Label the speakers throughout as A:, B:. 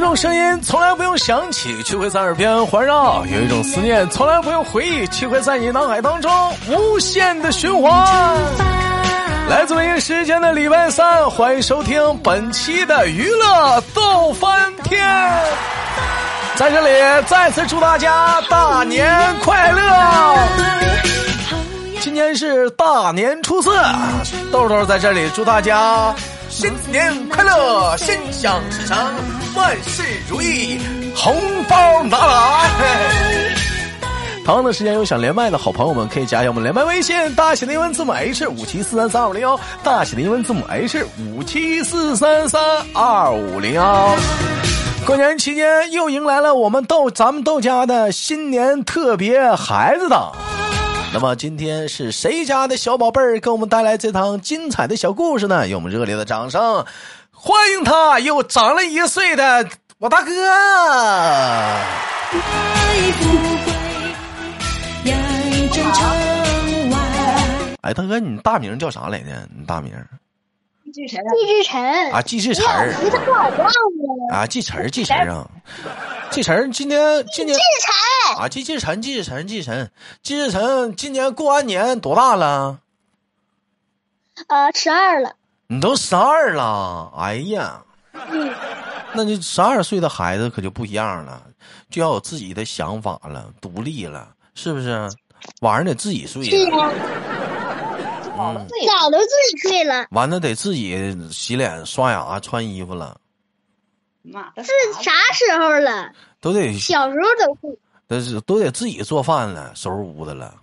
A: 种声音从来不用想起，却会在耳边环绕；有一种思念从来不用回忆，却会在你脑海当中无限的循环。来自北京时间的礼拜三，欢迎收听本期的娱乐逗翻天。在这里再次祝大家大年快乐！今天是大年初四，豆豆在这里祝大家新年快乐，心想事成，万事如意，红包拿来。同样的时间有想连麦的好朋友们，可以加一下我们连麦微信，大写的英文字母 H 五七四三三二五零幺，大写的英文字母 H 五七四三三二五零幺。过年期间又迎来了我们豆咱们豆家的新年特别孩子档。那么今天是谁家的小宝贝儿给我们带来这堂精彩的小故事呢？用我们热烈的掌声欢迎他！又长了一岁的我大哥。
B: 爱不归，扬州城外。
A: 哎，大哥，你大名叫啥来着？你大名
C: 巨神
D: 季志晨，
A: 啊？季志晨儿
D: 你咋把我忘了？
A: 啊？季晨儿，季晨儿啊，季晨儿，今天今年
D: 志晨，
A: 啊，季志晨，季志晨，季志晨，季志晨，今年过完年多大了？
D: 呃，十二了，
A: 你都十二了，哎呀，那你十二岁的孩子可就不一样了，就要有自己的想法了，独立了，是不是？晚上得自己睡
D: 是
A: 了，
D: 啊，
A: 嗯
D: 早都自己睡了，
A: 完了得自己洗脸、刷牙、穿衣服了，
C: 妈的，
D: 是啥时候了？
A: 都得
D: 小时候都不
A: 都是都得自己做饭了，收拾屋子了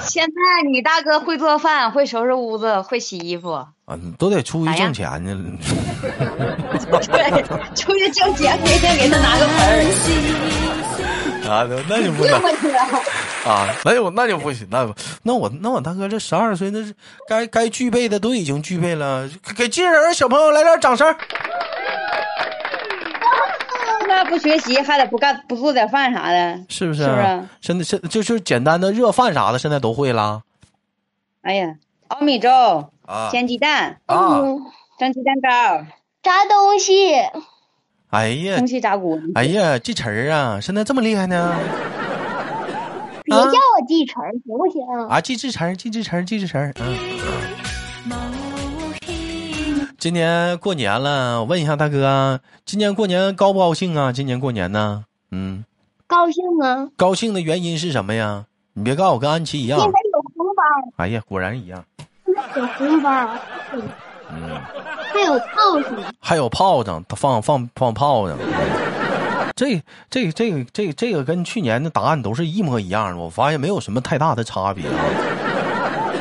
C: 现在你大哥会做饭，会收拾屋子，会洗衣服，
A: 啊，你都得出去
C: 哎呀
A: 挣钱去了。
C: 对，出去挣钱，每天给他拿个盆儿，
A: 啊，那那就不 能啊，那就那就不行，那那我那我大哥这十二岁，那是该该具备的都已经具备了，给给这人小朋友来点掌声。
C: 那不学习还得不干不做点饭啥的，
A: 是不是？啊
C: 是不是
A: 现在现就是简单的热饭啥的，现在都会啦。
C: 哎呀，熬米粥，
A: 啊
C: 煎鸡蛋，
A: 啊！
D: 嗯，
C: 蒸鸡蛋糕，
D: 炸东西，
A: 哎呀
C: 空，气炸锅，
A: 哎呀，这词儿啊，现在这么厉害呢？
D: 别叫我季晨行不行？
A: 啊，记这词儿，记这词儿，记这词儿。嗯，今年过年了，我问一下大哥，啊今年过年高不高兴啊？今年过年呢？嗯，
D: 高兴啊，
A: 高兴的原因是什么呀？你别告诉我跟安琪一
D: 因为
A: 样。
D: 有红包，
A: 哎呀，果然一样。
D: 有红包，
A: 嗯。
D: 还有套子，
A: 还有炮仗，他放放放炮仗。这这这个这个这个跟去年的答案都是一模一样的，我发现没有什么太大的差别啊。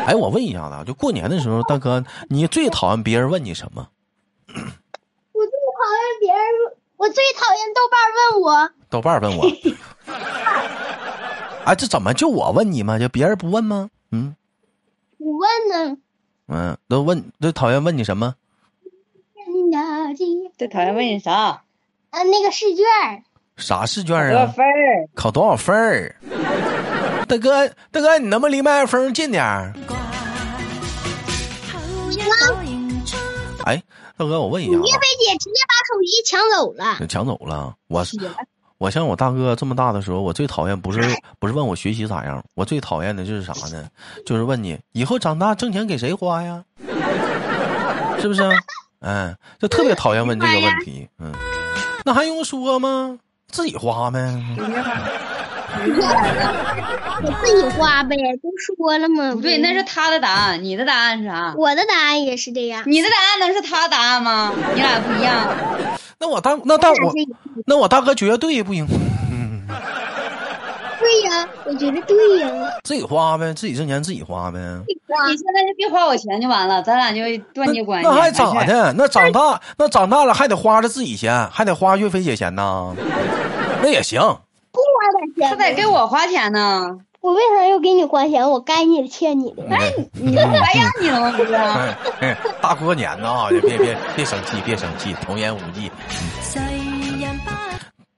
A: 哎，我问一下子啊，就过年的时候，大哥，你最讨厌别人问你什么？
D: 我最讨厌别人，我最讨厌豆瓣问我，
A: 豆瓣儿问我。 哎，这怎么就我问你吗？就别人不问吗？嗯
D: 你问呢？
A: 嗯，都问都讨厌问你什么？
D: 真的这
C: 最讨厌问你啥，
D: 呃那个试卷儿
A: 啥试卷
C: 多
A: 啊？
C: 少分儿，
A: 考多少分儿？大哥，大哥，你能不能离麦克风近点儿？哎，大哥，我问一下、啊，
D: 叶飞姐直接把手机抢走了，
A: 抢走了。我是我像我大哥这么大的时候，我最讨厌不是不是问我学习咋样，我最讨厌的就是啥呢？就是问你以后长大挣钱给谁花呀？是不是啊？嗯，就特别讨厌问这个问题。嗯，那还用说吗？自己花呗。
D: 我自己花呗，都说了吗？
C: 不对，那是他的答案，你的答案是啥？
D: 我的答案也是这样。
C: 你的答案能是他答案吗？你俩不一样，
A: 那我大那大
D: 但
A: 我
D: 是
A: 那我大哥绝对不行，
D: 对呀、我觉得对呀、
A: 自己花呗，自己挣钱自己花呗。
C: 你现在就别花我钱就完了，咱俩就断绝关系。
A: 那还咋
C: 完事儿？
A: 的？那长大那长大了还得花着自己钱，还得花岳飞姐钱呢， 那也行。
D: 不花
C: 他得
D: 点钱，
C: 给我花钱呢。
D: 我为啥要给你花钱？我该你的欠你的。
C: 哎，你白 养你了吗？不 是，
A: 哎哎，大过年的啊，别别别生气，别生气，童言无忌。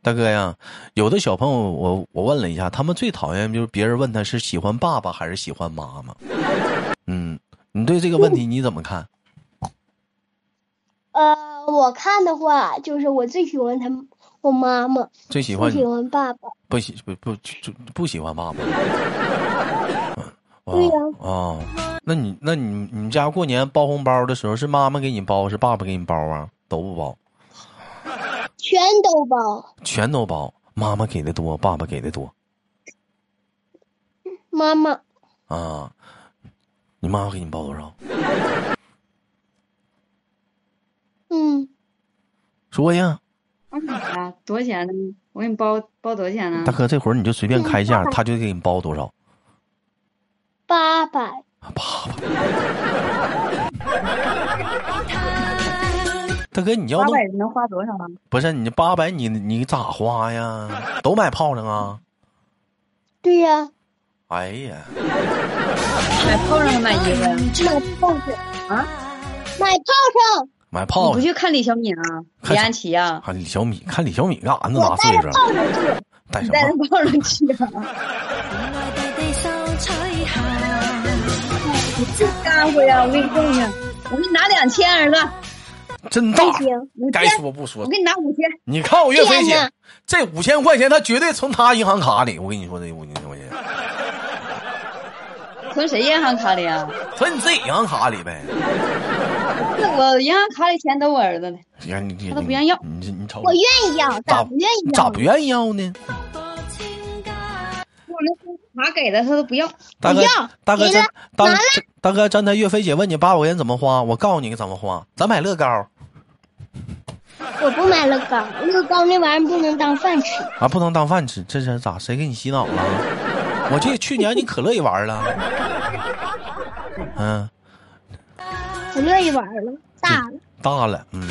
A: 大哥呀，有的小朋友我，我问了一下，他们最讨厌就是别人问他是喜欢爸爸还是喜欢妈妈。嗯，你对这个问题你怎么看？
D: 呃，呃，我看的话，就是我最喜欢他们我妈妈，
A: 最喜
D: 不
A: 欢
D: 喜欢爸爸。
A: 不喜不不就就不喜欢爸爸？
D: 对呀
A: 哦哦，那你那你你们家过年包红包的时候是妈妈给你包，是爸爸给你包啊？都不包，
D: 全都包。
A: 全都包。妈妈给的多，爸爸给的多
D: 妈妈
A: 啊。你妈妈给你包多少？
D: 嗯，
A: 说呀，
C: 我哪儿啊？多少钱呢？我给你包包多少钱呢
A: 大？哥，这会儿你就随便开
C: 嗯
A: 价，他就给你包多少。
D: 八百。
A: 爸爸，大哥，你要
C: 八
A: 弄
C: 百能花多少啊？
A: 不是你八百，你你咋花呀？都买炮仗啊？
D: 对呀、
A: 哎呀，
C: 买炮仗还买衣服呀？
D: 买炮仗
C: 啊，
D: 买炮仗，
A: 买
C: 你
A: 炮
C: 不
A: 仗。
C: 去看李小敏啊？
A: 看
C: 李
A: 啥
C: 安琪啊？
A: 看李小米，看李小米干啥呢？大
D: 我带
A: 岁数啊
D: 着，炮仗去。
A: 带什
C: 带着
A: 么？
C: 炮仗去啊？ 这家伙呀，我给你供上，我给你拿两千儿子，
A: 真大，
D: 行，
C: 五
A: 该
C: 千，
A: 说不说
C: 我。给你拿五千。
A: 你看我岳飞
D: 天
A: 姐
D: 哪
A: 这五千块钱，她绝对从她银行卡里。我跟你说，这五千块钱
C: 存谁银行卡里啊？
A: 存你自己银行卡里呗。
C: 这我银行卡里钱都我儿子的，
A: 你看你，
C: 她都不愿意要
A: 你这你瞅
D: 我愿意要，咋不愿意
A: 你
D: 要
A: 咋不愿意要呢？
C: 我那信用卡给的他都不要。
A: 大哥
D: 不要，
A: 大哥，
D: 给
A: 咱
D: 了
A: 大哥
D: 拿了，
A: 大哥，刚才岳飞姐问你八百块钱怎么花，我告诉你怎么花，咱买乐高
D: 我不买乐高，乐高那玩意儿不能当饭吃。
A: 啊，不能当饭吃，这是咋？谁给你洗脑了？我记得去年你可乐意玩了，嗯，
D: 不乐意玩了，大了。
A: 大了，嗯。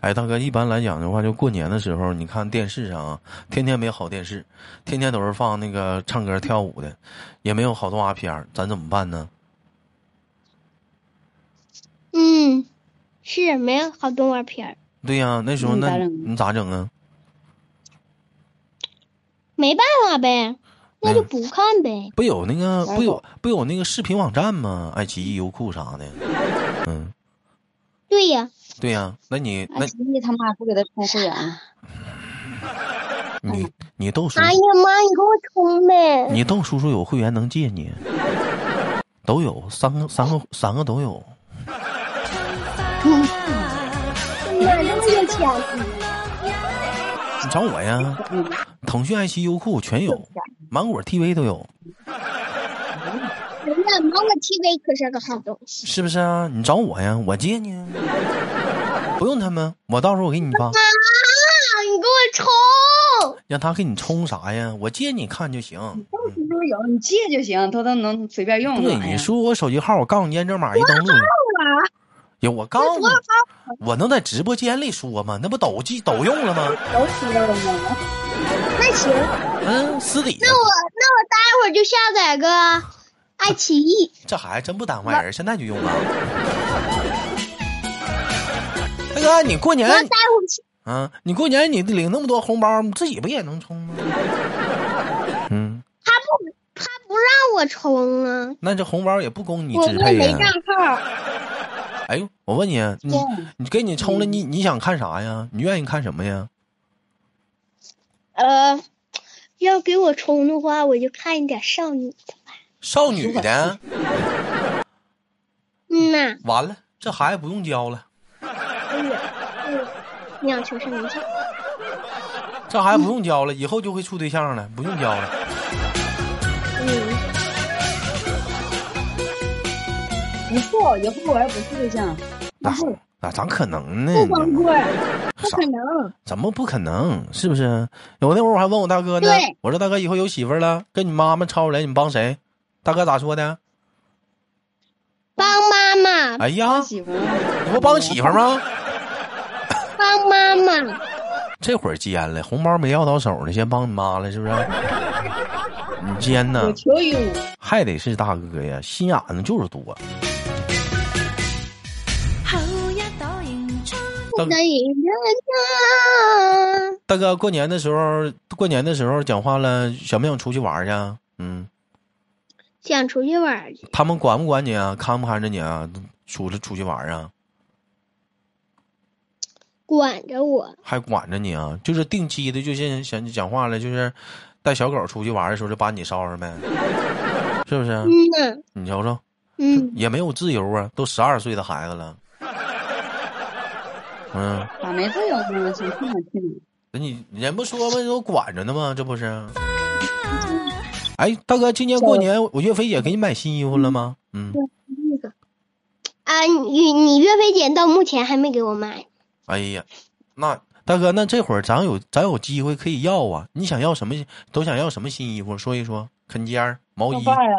A: 哎，大哥，一般来讲的话，就过年的时候，你看电视上啊，天天没好电视，天天都是放那个唱歌跳舞的，也没有好动画片儿咱怎么办呢？
D: 嗯，是没有好动画片儿，
A: 对呀、那时候
C: 嗯
A: 那
C: 咋整
A: 你咋整啊？
D: 没办法呗，那
A: 嗯
D: 就不看呗。
A: 不有那个
C: 玩
A: 不有
C: 狗
A: 不有那个视频网站吗？爱奇艺、优酷啥的。嗯，
D: 对呀、
A: 对呀、那你那
C: 安琪哎他妈不给他充会员啊了，
A: 你你豆叔，
D: 哎呀妈，你给我充呗！
A: 你豆叔叔有会员能借你，都有三个三个三个都有。
D: 哪那么有钱？
A: 你找我呀，腾讯、爱奇艺、优酷全有，芒果 TV 都有，
D: 真的，芒果 TV 可是个好东西。
A: 是不是啊？你找我呀，我借你啊， 不用他们，我到时候我给你发，
D: 啊，你给我充！
A: 让他给你充啥呀？我借你看就行。
C: 都有你借就行，他都能随便用。
A: 对，
C: 哎呀
A: 你输我手机号，我告诉你验证码一登录。有我告诉你，我能在直播间里说吗？那不抖机抖用了吗？
C: 都输了吗？
D: 那行，那
A: 嗯，私底下
D: 我那我待会儿就下载个爱奇艺。
A: 这孩子真不当外人，现在就用啊。大哥，哎你过年
D: 我要待会儿去，
A: 啊，你过年你领那么多红包，你自己不也能充吗？嗯，
D: 他不他不让我充啊，
A: 那这红包也不供你
D: 我
A: 支
D: 也
A: 配
D: 没
A: 呀
D: 账。号。
A: 哎呦，我问你，你
C: 对
A: 你给你
C: 嗯
A: 充了，你你想看啥呀？你愿意看什么呀？
D: 呃，要给我充的话，我就看一点少女的。
A: 少女的，
D: 嗯呐、
A: 完了，这孩子不用教了，
D: 哎呀，嗯，要求上一下。
A: 这孩子不用教了，以后就会处对象了，不用教了。
D: 嗯，
C: 不错，以后我要不处对象，
A: 那那咋可能呢？
C: 不光棍儿，不
A: 啥
C: 可能。
A: 怎么不可能？是不是？有那会儿我还问我大哥呢
C: 对，
A: 我说大哥以后有媳妇儿了，跟你妈妈吵起来，你帮谁？大哥咋说的？
D: 帮妈妈，
A: 哎呀，
C: 媳妇儿，
A: 你不帮媳妇儿吗？
D: 帮妈妈，
A: 这会儿奸了，红包没要到手呢，先帮你妈了，是不是？你奸
C: 有
A: 呐，
C: 求于我。
A: 还得是大哥呀，心眼子就是多。大
D: 那也让他
A: 大哥，过年的时候，过年的时候讲话了，想不想出去玩儿去啊？嗯，
D: 想出去玩儿去。
A: 他们管不管你啊？看不看着你啊？出了出去玩儿啊？
D: 管着我，
A: 还管着你啊？就是定期的，就像想讲话了，就是带小狗出去玩的时候就把你捎上呗，是不是？
D: 嗯呐，
A: 你瞅瞅，
D: 嗯，
A: 也没有自由啊，都十二岁的孩子了。嗯，
C: 咋没自由呢？情况去哪？
A: 那你人不说吗？都管着呢吗？这不是？ 哎，大哥，今年过年我岳飞姐给你买新衣服了吗？嗯，
D: 啊，你你岳飞姐到目前还没给我买，
A: 哎呀，那大哥，那这会儿咱有咱有机会可以要啊！你想要什么都想要什么新衣服？说一说，坎肩儿、毛
C: 我
A: 衣
C: 爸呀，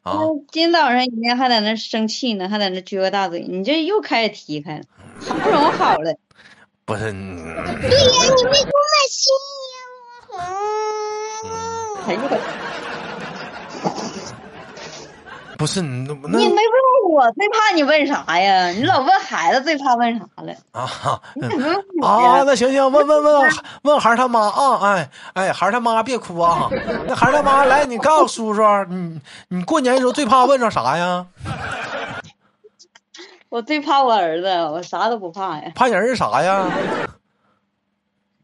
A: 啊，
C: 今早上人家还在那生气呢，还在那撅个大嘴，你这又开始提开了，好不容易好了，
A: 不是。嗯
D: 对呀，你没给我买新衣服，嗯
C: 哎呦我
A: 不是你那
C: 你没
A: 那
C: 问我，最怕你问啥呀？你老问孩子，最怕问啥了？
A: 啊哈嗯
C: 你问我
A: 啊，
C: 呀？
A: 那行行，问问问
C: 嗯
A: 问孩儿他妈啊，哎哎，孩儿他妈别哭 啊，那孩儿他妈来，你告诉叔叔，你你过年的时候最怕问着啥呀？
C: 我最怕我儿子，我啥都不怕呀。
A: 怕人儿啥呀？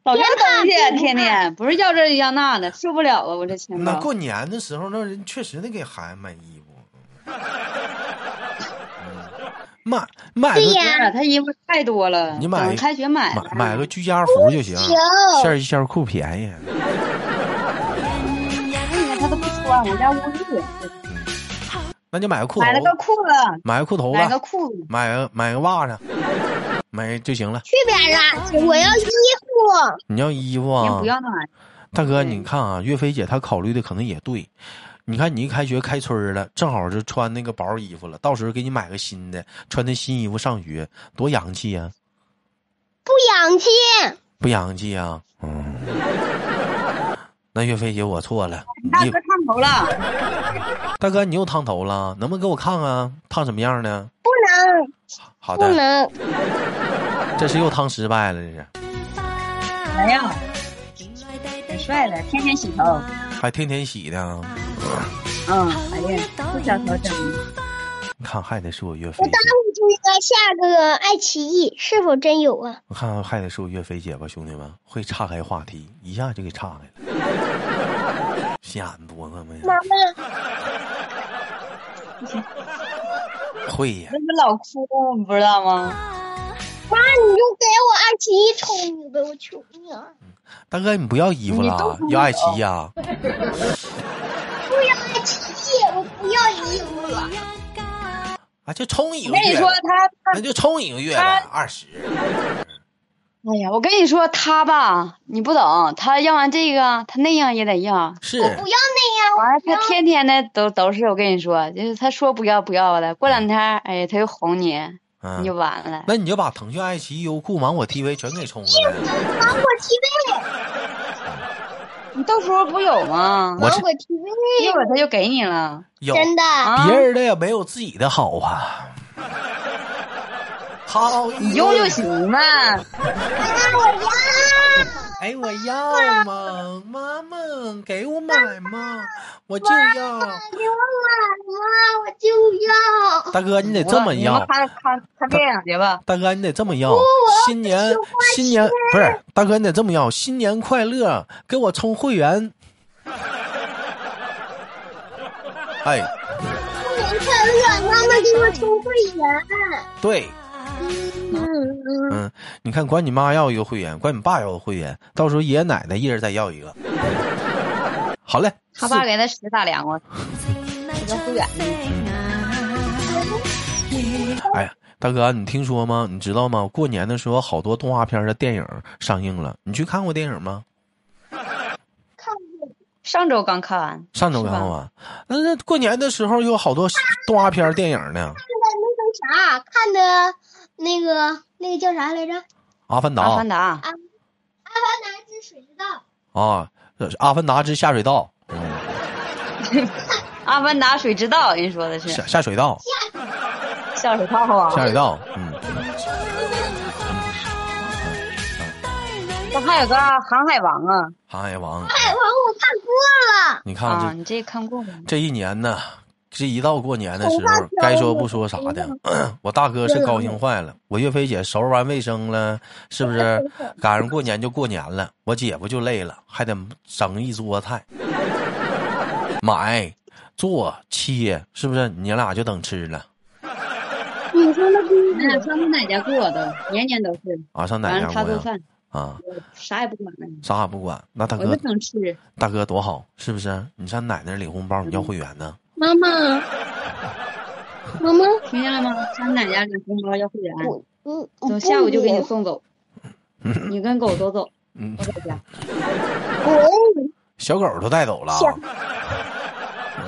C: 老要东西，啊天天不是要这要那的，受不了啊！我这钱
A: 那
C: 包。
A: 过年的时候，那人确实得给孩子买衣服，嗯买买
D: 对
A: 个
D: 呀，
C: 啊他衣服太多了，
A: 你买
C: 等开学买
A: 买买个居家服就行，线
D: 有，
A: 儿衣线儿裤便宜。
C: 他都不穿，我家屋里
A: 那就买个裤头
C: 买，了个裤子，
A: 买个裤头
C: 买
A: 吧
C: 个，裤子，
A: 买个买个袜子，买就行了。
D: 去边儿啊，我要衣服，
A: 你要衣服
C: 您
A: 啊
C: 不？要那玩意儿。
A: 大哥，
C: 嗯
A: 你看啊，岳飞姐她考虑的可能也对。你看，你一开学开春儿了，正好就穿那个薄衣服了，到时候给你买个新的，穿那新衣服上学，多洋气呀、
D: 不洋气，
A: 不洋气呀、嗯。那岳飞姐，我错了，
C: 大
A: 你
C: 哥烫头了，
A: 大哥你又烫头了，能不能给我看看烫什么样呢？
D: 不能
A: 好
D: 不
A: 的，
D: 能，
A: 这是又烫失败了，这是
C: 哎
B: à?
C: 呀，很帅的，天天洗头，
A: 还天天洗呢。
C: 嗯，哎
B: à?
C: 呀，不小头整的，
A: 你看，还得是我岳飞
D: 我
A: 姐
D: 打，虎就应该下个爱奇艺，是否真有啊？
A: 我看还得是我岳飞姐吧，兄弟们，会岔开话题，一下就给岔开了，心眼多呢没？
D: 妈妈，
A: 会呀
C: 那，不老哭，你不知道吗？
D: 妈，啊你就给我爱奇艺充一个，我求你了，
A: 大哥你不要衣服
C: 你
A: 了
C: 都，不
A: 要爱
C: 懂
A: 奇艺啊？
D: 不要爱奇艺，我不要衣服了，
A: 啊，就充一
C: 我
A: 个
C: 跟你
A: 月
C: 说，，他他
A: 那就充一个月呗，二十。
C: 哎呀，我跟你说他吧，你不懂，他要完这个，他那样也得要。
A: 是
D: 我不要那样，
C: 完了，他天天的都都是我跟你说，就是他说不要不要的，过两天哎呀他又哄你，
A: 嗯
C: 你就完了。
A: 那你就把腾讯、爱奇艺、优酷、芒果 TV 全给充了呗。
D: 芒果 TV，
C: 你到时候不有吗？
A: 我
D: 芒果
C: 一
D: TV，
C: 会儿他就给你了。
A: 有
D: 真的，
C: 啊
A: 别人的也没有自己的好啊。好，
C: 你用就。行嘛。
D: 我要，
A: 哎，我 要嘛，妈妈给我买嘛，我就要。
D: 给我买嘛，我就要，
A: 大哥，你 得这么
C: 你们
A: 要。
C: 看看看电影去吧。
A: 大哥，你得这么要。新年，新年不是大哥，你得这么要。新年快乐，给我充会员。 哎，
D: 新年快乐，妈妈给我充会员，
A: 对。
D: 嗯，
A: 嗯，你看，管你妈要一个会员，管你爸要个会员，到时候爷爷奶奶一人再要一个。好嘞，
C: 他
A: 四
C: 爸给他屎打凉过，这个不远。
A: 哎呀，大哥，你听说吗？你知道吗？过年的时候，好多动画片的电影上映了，你去看过电影吗？
D: 看我
C: 上周刚看完，
A: 上周
C: 是
A: 看
C: 吧
A: 过吧。那那过年的时候有好多动画片电影呢，《
D: 看的那个啥，看的那个那个叫啥来着？
A: 阿凡达》
C: 阿凡达，
D: 阿凡达之水之道，
A: 啊，《阿凡达之下水道》
C: 阿凡达水之道，人说的是
A: 下下水道，
C: 下水道啊。
A: 下水道，嗯，
C: 他还有个航海王啊
A: 航海王，
D: 海王我看过了，
A: 你看这
C: 啊，你这看过吗？
A: 这一年呢，这一到过年的时
D: 头发
A: 候
D: 飘，
A: 该说不说啥的， 我大哥是高兴坏了。我岳飞姐收拾完卫生了，是不是？赶上过年就过年了，我姐夫就累了，还得整一桌菜， 买、做、切，是不是？你俩就等吃了
D: 你说那不
C: 咱俩上他奶家过都，年年都是，
A: 啊？上哪
C: 反
A: 家
C: 正他
A: 过
C: 做
A: 呀？
C: 饭，
A: 啊，
C: 我啥也不管了，
A: 啥也不管。那大
C: 我就
A: 哥，
C: 等吃。
A: 大哥多好，是不是？你上奶奶领红包，你要会员呢？
D: 妈妈，妈妈，
C: 听见了吗？上奶家领红包要会员，
D: 我嗯，我
C: 等下午就给你
D: 不
C: 送走。你跟狗都走，
A: 嗯
C: 我，在家。
D: 滚
A: 小狗都带走了啊。
D: 小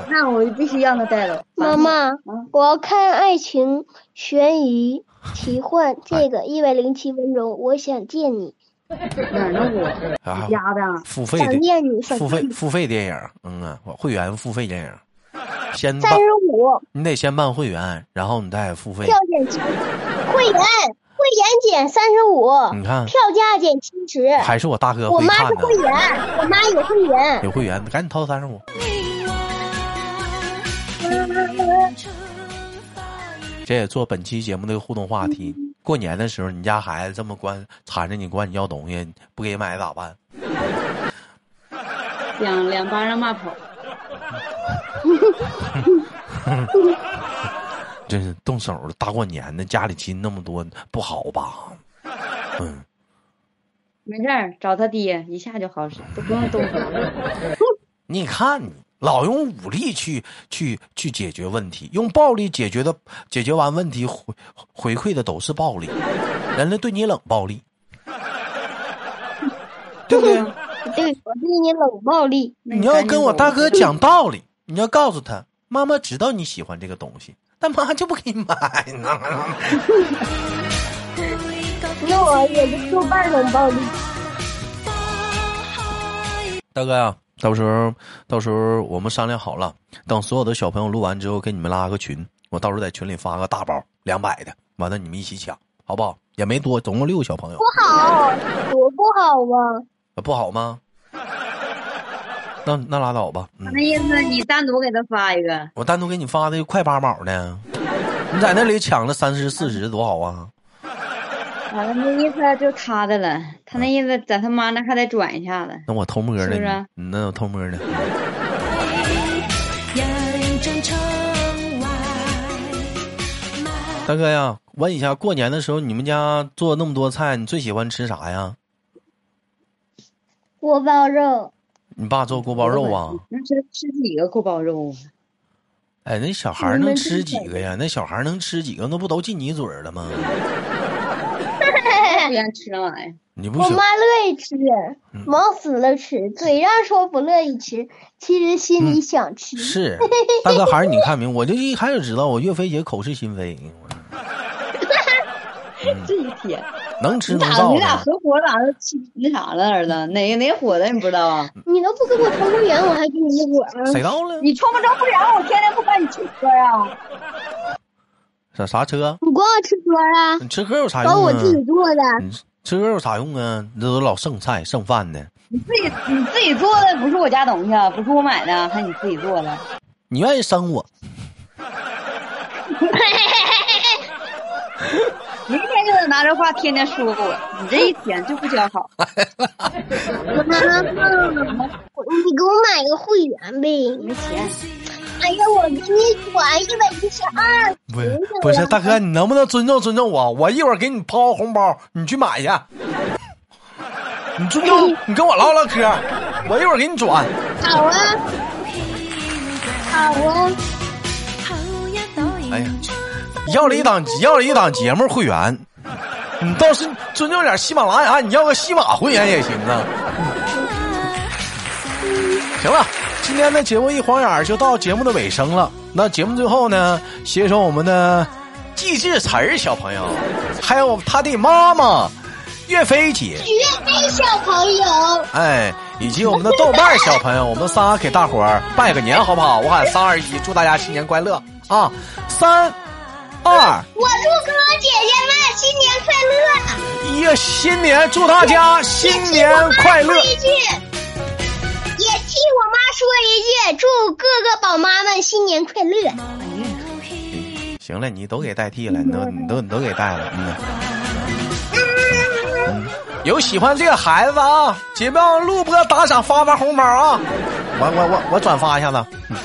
C: 那我必须让它带走。
D: 妈妈，
A: 嗯
D: 我要看爱情悬疑奇幻，这
A: 哎
D: 个一百零七分钟，我想见你，
C: 哪儿呢我？
A: 啊，
C: 家的。
A: 付费
D: 想
A: 的。
D: 念你，想
A: 付费付费电影儿，嗯啊，会员付费电影儿， 先办
D: 三十五，
A: 你得先办会员，然后你再付费。
D: 票减七，会员会员减三十五，
A: 你看，
D: 票价减七十。
A: 嗯还是我大哥
D: 我
A: 会
D: 妈
A: 看
D: 是
A: 呢
D: 会，员，我妈有会员。
A: 有会员，赶紧掏三十五。
B: 哎
A: 这也做本期节目的互动话题。
D: 嗯
A: 过年的时候，你家孩子这么管缠着你，管你要东西，不给买咋办？
C: 两两巴掌骂跑，
A: 真是动手了，大过年的，家里亲那么多，不好吧？嗯，
C: 没事儿，找他爹一下就好使，都不用动手。
A: 你看你老用武力去去去解决问题，用暴力解决的，解决完问题回回馈的都是暴力，人家对你冷暴力，对不对？
D: 对，我对你冷暴力。
A: 你要跟我 大哥讲道理，你要告诉他，妈妈知道你喜欢这个东西，但妈就不给你买呢。
D: 那我也是豆瓣冷暴力。
A: 大哥呀、到时候到时候我们商量好了，等所有的小朋友录完之后，给你们拉个群，我到时候在群里发个大包，两百的，完了你们一起抢，好不好？也没多，总共六个小朋友，
D: 不好，多不好啊！
A: 呃不好吗？那那拉倒吧，嗯，
C: 那意思你单独给他发一个，
A: 我单独给你发的快八毛呢，你在那里抢了三十四十多好啊！
C: 完了啊那意思就他的了，他那意思在他妈那还得转一下子。
A: 那我偷摸
C: 是
A: 的，
C: 不是
A: 你嗯那我偷摸的，
B: 眼中城外，满
A: 大哥呀，问一下，过年的时候你们家做那么多菜，你最喜欢吃啥呀？
D: 锅包肉，
A: 你爸做锅包肉啊？
C: 那吃吃几个锅包肉啊？
A: 哎，那小孩儿能吃几个呀？那小孩儿能吃几个？那不都进你嘴儿了吗？
C: 不愿吃那玩意儿。
A: 你不
D: 我
A: 说，
D: 妈乐意吃，忙死了吃，嘴上说不乐意吃，其实心里想吃。
A: 是大哥，还是你看明白？我就一开始知道，我岳飞姐口是心非，我
C: 这一天，
A: 能吃
C: 你
A: 能
C: 咋
A: 造
C: 你俩
A: 的。
C: 合伙咋的吃那啥了儿子？哪个哪伙的你不知道啊？
D: 你都不跟我同个圆，我还跟你一伙儿
A: 谁
D: 吗？
A: 到了？
C: 你充不着不了，我天天不把你吃喝啊！
A: 啥啥车？
D: 你管我吃喝啊？
A: 你吃喝有啥
D: 管
A: 用
D: 我
A: 啊？
D: 自己做的，
A: 你吃喝有啥用啊？你这都老剩菜剩饭的，
C: 你自己你自己做的不是我家东西，啊，不是我买的，还你自己做的。
A: 你愿意生我？
C: 明天就得拿这话天天说我，你这一天就不教好。
D: 妈妈，我你给我买个会员呗。
C: 没钱，
D: 哎呀，我给你转一百一十二，
A: 不是啊不是，大哥，你能不能尊重尊重我？我一会儿给你包红包，你去买去。 你尊重，你跟我唠唠嗑，我一会儿给你转。
D: 好啊，好啊，
B: 后也倒影
A: 哎呀
B: 中
A: 要了一档要了一档节目会员，你倒是尊重点喜马拉雅，你要个喜马会员也行啊。行了，今天的节目一晃眼儿就到节目的尾声了。那节目最后呢，携手我们的季志词儿小朋友，还有他的妈妈岳飞姐，
D: 岳飞小朋友。
A: 哎，以及我们的豆瓣儿小朋友，我们仨给大伙儿拜个年好不好？我喊三二一，祝大家新年快乐啊！三二。
D: 我祝可可姐姐们新年快乐！
A: 一个新年，祝大家新年快乐！
D: 一句，也替我妈说说一句，祝各个宝妈们新年快乐。
A: 行了，你都给代替了，你都你都你都给带了，嗯。有喜欢这个孩子啊，姐妹们录播打赏发发红包啊！我我我我转发一下子。嗯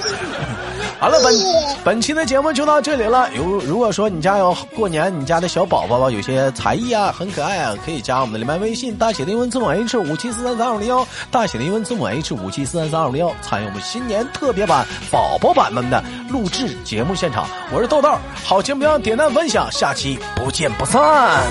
A: 好了，本本期的节目就到这里了。如如果说你家有过年，你家的小宝宝吧，有些才艺啊，很可爱啊，可以加我们的连麦微信，大写的英文字母 H 五七四三三二零幺，大写的英文字母 H 五七四三三二零幺，参与我们新年特别版宝宝版们的录制节目现场。我是豆豆，好节目要点赞分享，下期不见不散。